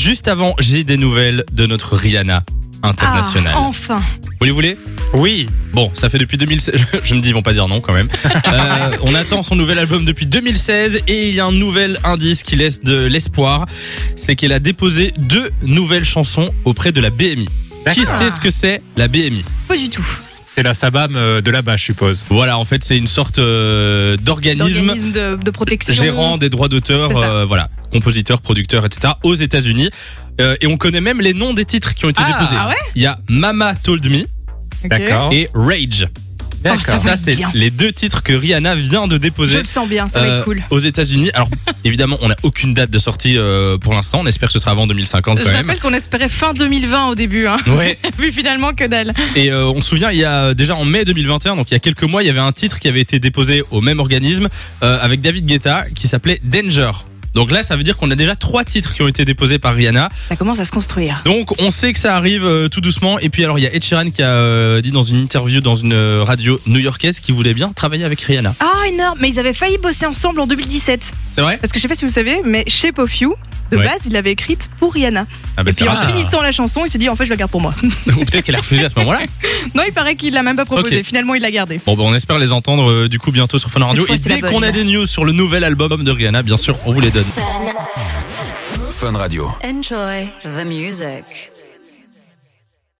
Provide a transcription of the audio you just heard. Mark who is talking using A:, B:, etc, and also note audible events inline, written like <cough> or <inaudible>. A: Juste avant, j'ai des nouvelles de notre Rihanna internationale.
B: Ah, enfin.
A: Vous les voulez
C: Oui.
A: Bon, ça fait depuis 2016. <laughs> Je me dis, ils vont pas dire non quand
B: <laughs>
A: même. Euh, on attend son nouvel album depuis 2016 et il y a un nouvel indice qui laisse de l'espoir. C'est qu'elle a déposé deux nouvelles chansons auprès de la BMI. Qui
C: D'accord.
A: sait ce que c'est la BMI
B: Pas du tout.
C: C'est la sabam euh, de là-bas, je suppose.
A: Voilà, en fait, c'est une sorte euh, d'organisme
B: D'organisme de, de protection.
A: gérant des droits d'auteur,
B: C'est ça.
A: euh, voilà, compositeur, producteur, etc. aux États-Unis. Euh, et on connaît même les noms des titres qui ont été
C: Ah,
A: déposés.
B: ah ouais
A: Il y a Mama Told Me
B: Ok.
C: D'accord.
A: et Rage.
B: D'accord. Oh, ça va
A: Ça,
B: être
A: c'est
B: bien.
A: les deux titres que Rihanna vient de
B: Je
A: déposer.
B: le sens bien, ça va
A: euh,
B: être cool.
A: Aux États-Unis.
B: <laughs>
A: Alors, évidemment, on n'a aucune date de sortie euh, pour l'instant. On espère que ce sera avant 2050
B: Je
A: quand même.
B: rappelle qu'on espérait fin 2020 au début, hein. <laughs>
A: Ouais.
B: Puis finalement que dalle.
A: Et euh, on se souvient, il y a euh, déjà en mai 2021, donc il y a quelques mois, il y avait un titre qui avait été déposé au même organisme euh, avec David Guetta qui s'appelait Danger. Donc là, ça veut dire qu'on a déjà trois titres qui ont été déposés par Rihanna.
B: Ça commence à se construire.
A: Donc on sait que ça arrive euh, tout doucement. Et puis alors il y a Ed Sheeran qui a euh, dit dans une interview dans une euh, radio new-yorkaise qu'il voulait bien travailler avec Rihanna.
B: Ah, énorme. Mais ils avaient failli bosser ensemble en 2017.
A: C'est vrai
B: Parce que je sais pas si vous savez, mais Shape of You, de
A: Ouais.
B: base, il l'avait écrite pour Rihanna.
A: Ah bah,
B: Et
A: c'est
B: puis en
A: rare.
B: finissant la chanson, il s'est dit en fait, je la garde pour moi. <laughs>
A: <laughs> Ou peut-être qu'elle a refusé à ce moment-là.
B: non, il paraît qu'il l'a même pas proposé.
A: Ok.
B: Finalement, il l'a gardée.
A: Bon, bah, on espère les entendre euh, du coup bientôt sur Fun Radio.
B: Cette fois,
A: Et
B: c'est la
A: dès
B: bonne.
A: qu'on a des news sur le nouvel album de Rihanna, bien sûr, on vous les donne.
D: Fun Radio.
E: Enjoy the music.